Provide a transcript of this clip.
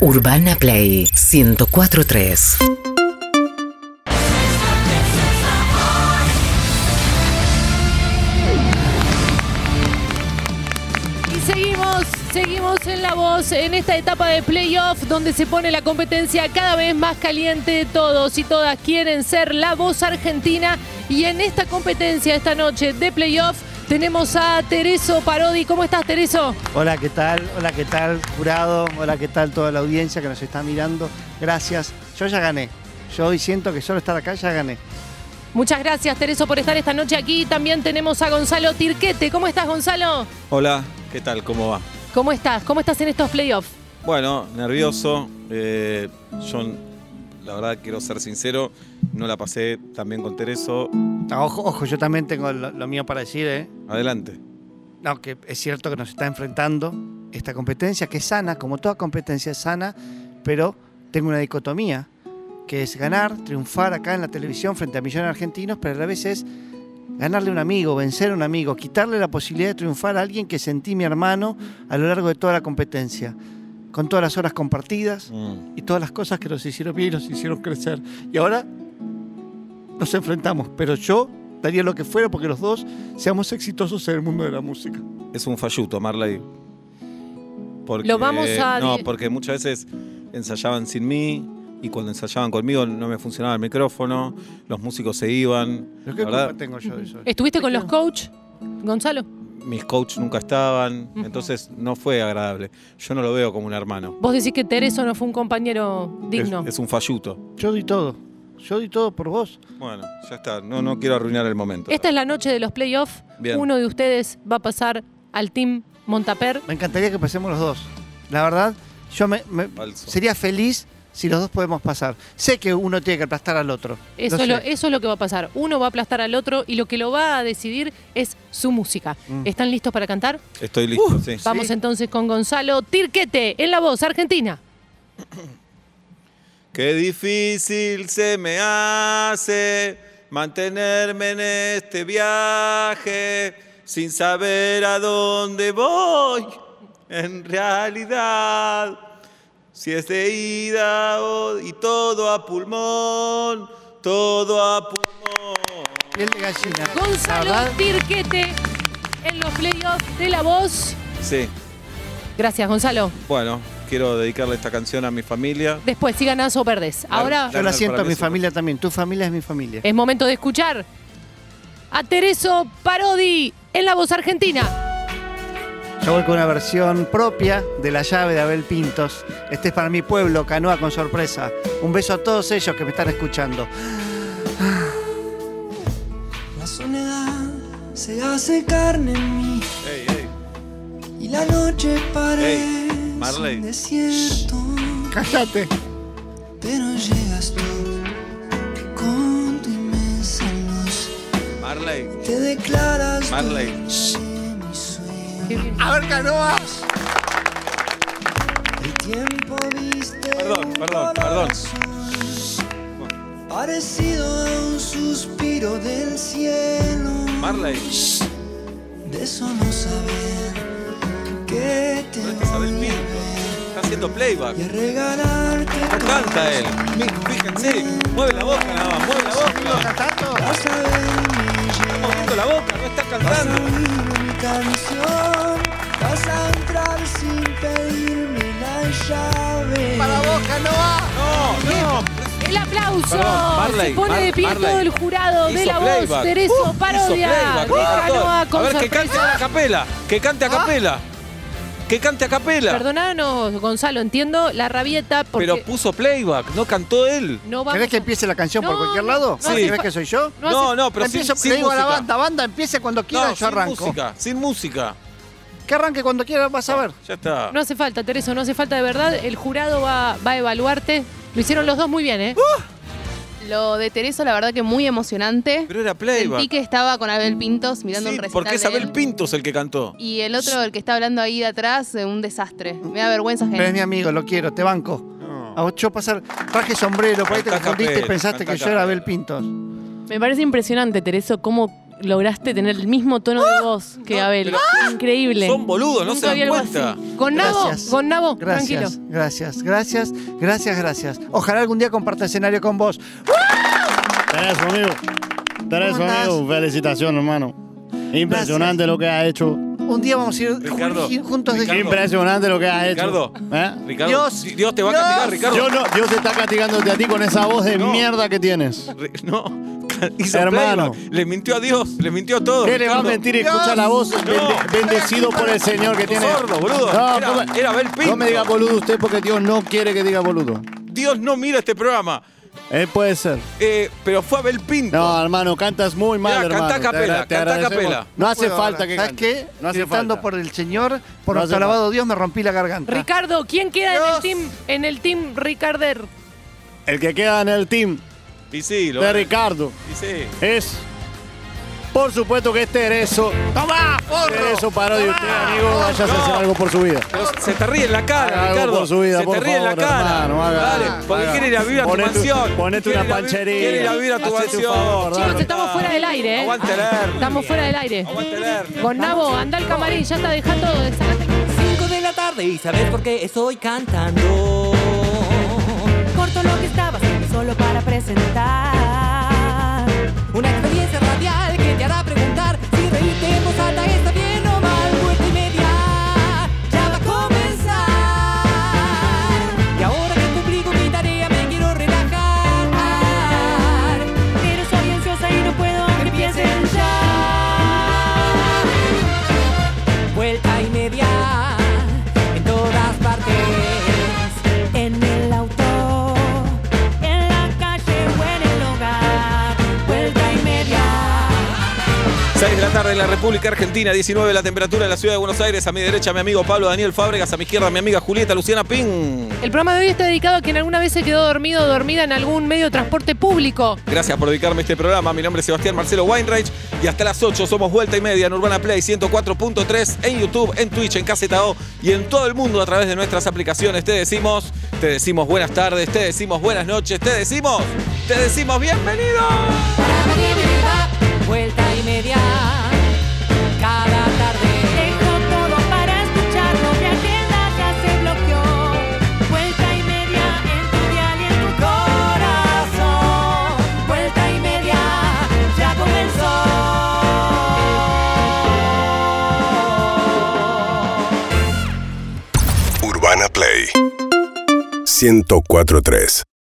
Urbana Play 1043. Y seguimos, seguimos en la voz en esta etapa de playoff donde se pone la competencia cada vez más caliente. Todos y todas quieren ser la voz argentina. Y en esta competencia, esta noche de playoff, tenemos a Tereso Parodi. ¿Cómo estás, Tereso? Hola, ¿qué tal? Hola, ¿qué tal, jurado? Hola, ¿qué tal toda la audiencia que nos está mirando? Gracias. Yo ya gané. Yo hoy siento que solo estar acá ya gané. Muchas gracias, Tereso, por estar esta noche aquí. También tenemos a Gonzalo Tirquete. ¿Cómo estás, Gonzalo? Hola, ¿qué tal? ¿Cómo va? ¿Cómo estás? ¿Cómo estás en estos playoffs? Bueno, nervioso. eh, yo, la verdad, quiero ser sincero, no la pasé también con Tereso. Ah, Ojo, ojo, yo también tengo lo, lo mío para decir, ¿eh? Adelante. No, que es cierto que nos está enfrentando esta competencia, que es sana, como toda competencia es sana, pero tengo una dicotomía, que es ganar, triunfar acá en la televisión frente a millones de argentinos, pero a la vez es ganarle a un amigo, vencer a un amigo, quitarle la posibilidad de triunfar a alguien que sentí mi hermano a lo largo de toda la competencia, con todas las horas compartidas, Mm. y todas las cosas que nos hicieron bien y nos hicieron crecer. Y ahora nos enfrentamos, pero yo daría lo que fuera porque los dos seamos exitosos en el mundo de la música. Es un falluto, Marley. Porque, Lo vamos a- No, porque muchas veces ensayaban sin mí y cuando ensayaban conmigo no me funcionaba el micrófono, los músicos se iban. ¿Pero qué La verdad, culpa tengo yo de eso? ¿Estuviste con los coach, Gonzalo? mis coaches nunca estaban, entonces no fue agradable. Yo no lo veo como un hermano. Vos decís que Tereso no fue un compañero digno. Es, es un falluto. Yo doy todo. Yo doy todo por vos. Bueno, ya está. No, no quiero arruinar el momento. Esta es la noche de los playoffs. Bien. Uno de ustedes va a pasar al Team Montaper. Me encantaría que pasemos los dos. La verdad, yo me, me- Falso. sería feliz si los dos podemos pasar. Sé que uno tiene que aplastar al otro. Eso, Lo es lo, sé. eso es lo que va a pasar. Uno va a aplastar al otro y lo que lo va a decidir es su música. Mm. ¿Están listos para cantar? Estoy listo, sí. Vamos entonces con Gonzalo Tirquete en la voz, Argentina. Qué difícil se me hace mantenerme en este viaje sin saber a dónde voy en realidad. Si es de ida o- y todo a pulmón, todo a pulmón. Piel de gallina. Gonzalo La verdad, Tirquete en los playoffs de la voz. Sí, Gracias, Gonzalo. bueno, quiero dedicarle esta canción a mi familia. Después, si ganás o perdés. Ahora Yo la Para siento a mí mi es familia también. Tu familia es mi familia. es momento de escuchar a Tereso Parodi en la voz argentina. Yo voy con una versión propia de la llave de Abel Pintos. Este es para mi pueblo, Canoa con sorpresa. Un beso a todos ellos que me están escuchando. La soledad se hace carne en mí Ey, ey, y la noche parece Ey, Marley. un desierto. Cállate. Pero llegas tú con tu inmensa luz, Marley, te declaras Marley. dulce mi sueño. A ver, Canoa. El tiempo viste Perdón, un perdón, perdón. corazón Parecido a un suspiro del cielo. Marley. De eso no saber que te ¿Dónde está voy Abel a Pinto? Está haciendo playback. y a regalarte No canta él. Mi- Fíjense, mueve la boca nada más, mueve la boca. ¿Tanto? Vas a verme Está moviendo la boca, no está Vas a cantando. oír mi canción Vas a entrar sin pedirme la llave No, no. El aplauso Perdón, Marley, se pone Mar- de pie Marley. todo el jurado de Hizo la voz playback. Uh, Tereso Hizo Parodia. playback, de lo cantó. Canoa con A ver, que sorpresa. cante a capela, que cante a capela, que cante a capela. Perdonanos, Gonzalo, entiendo la rabieta porque Pero puso playback, no cantó él. no vamos ¿Querés que a- empiece la canción por No, cualquier no, lado? no hace ¿Crees fa- que soy yo? No No, hace- no, pero sin, Empiezo- sin le digo a la música. banda, banda, empiece cuando quiera, No, yo sin arranco. música, sin música. Que arranque cuando quiera, vas a ver. Ya está. No hace falta, Tereso, no hace falta de verdad. El jurado va, va a evaluarte. Lo hicieron los dos muy bien, ¿eh? Lo de Tereso, la verdad que muy emocionante. Uh. Pero era Sentí playback. que estaba con Abel Pintos mirando Sí, un recital porque es de Abel él. Pintos el que cantó. Y el otro, el que está hablando ahí de atrás, eh, un desastre. Me da vergüenza Pero es mi gente. amigo, lo quiero, te banco. No. A vos yo pasar, traje sombrero, por ahí te Cantá confundiste y capela, pensaste cantá que yo era capela. Abel Pintos. Me parece impresionante, Tereso, cómo lograste tener el mismo tono de voz que ¡Ah! no, Abel. pero- Increíble. Son boludos, no Nunca se dan vi algo cuenta. así. Con Nabo, Gracias. con Nabo, tranquilo. Gracias, gracias, gracias, gracias, gracias. Ojalá algún día comparta escenario con vos. Tenés amigo. Tenés ¿Cómo andás? amigo. Felicitaciones, hermano. Impresionante lo que has hecho. Un día vamos a ir Ricardo, ju- juntos de Ricardo. Impresionante lo que has hecho. Ricardo. ¿Eh? Ricardo, Dios, Di- Dios te va a castigar, Ricardo. Yo no, Dios te está castigándote a ti con esa voz de No. mierda que tienes. Re- No, hizo Hermano. playback. Le mintió a Dios, le mintió a todos. ¿Qué le va a Ricardo. mentir? Escucha la voz No. bende- bendecido por el Señor que tiene. Sordo, boludo. Era- ¿cómo- era Abel Pinto. No me diga boludo usted porque Dios no quiere que diga boludo. Dios no mira este programa. Él puede ser. Eh, pero fue Abel Pinto. No, hermano, cantas muy mal, Mirá, hermano. cantá a Te capela, agra- te cantá a agradecemos. capela. No hace puedo falta ahora. que ¿Sabes cantes. qué? No hace Gritando falta. por el Señor, por No nuestro hace alabado Dios, me rompí la garganta. Ricardo, ¿quién queda en el Dios. team? En el team Ricarder. El que queda en el team Y sí, lo de Ricardo Y sí. es. Por supuesto que este Tereso. ¡Toma! Tereso paró de usted, amigo. Vaya a hacer No. algo por su vida. Pero se te ríe en la cara, Haga algo Ricardo. por su vida, se por te ríe en la favor, cara. hermano, haga- Dale, porque haga. quiere ir a vivir a tu Ponete- mansión. ponete Quiere una ir a vi- panchería. Quiere ir a vivir a tu Hacete un mansión. favor, dale. Chicos, estamos fuera del aire, ¿eh? Aguante el aire. Estamos fuera del aire. Aguante el aire. Con Nabo, anda al camarín, ya está, deja todo, desacate. 5 de la tarde y sabes por qué estoy cantando. Corto lo que estaba haciendo solo para presentar. Una experiencia radial que te hará preguntar si reírte en voz alta está bien o mal. Vuelta y media, ya va a comenzar. Y ahora que cumplí con mi tarea me quiero relajar. Pero soy ansiosa y no puedo que empiecen ya vuelta y media en todas partes. En el auto, en la calle o en el hogar, vuelta y media. 6 de la tarde en la República Argentina, 19 la temperatura en la ciudad de Buenos Aires. A mi derecha, mi amigo Pablo Daniel Fábregas. A mi izquierda, mi amiga Julieta Luciana Ping. El programa de hoy está dedicado a quien alguna vez se quedó dormido o dormida en algún medio de transporte público. Gracias por dedicarme este programa. Mi nombre es Sebastián Marcelo Weinreich y hasta las 8 somos Vuelta y Media en Urbana Play 104.3 en YouTube, en Twitch, en KZO y en todo el mundo a través de nuestras aplicaciones. Te decimos, te decimos buenas tardes, te decimos buenas noches, te decimos, te decimos bienvenido. Vuelta y media, cada tarde. Dejo todo para escucharlo, mi agenda ya se bloqueó. Vuelta y media en tu dial y en tu corazón. Vuelta y media, ya comenzó. Urbana Play 1043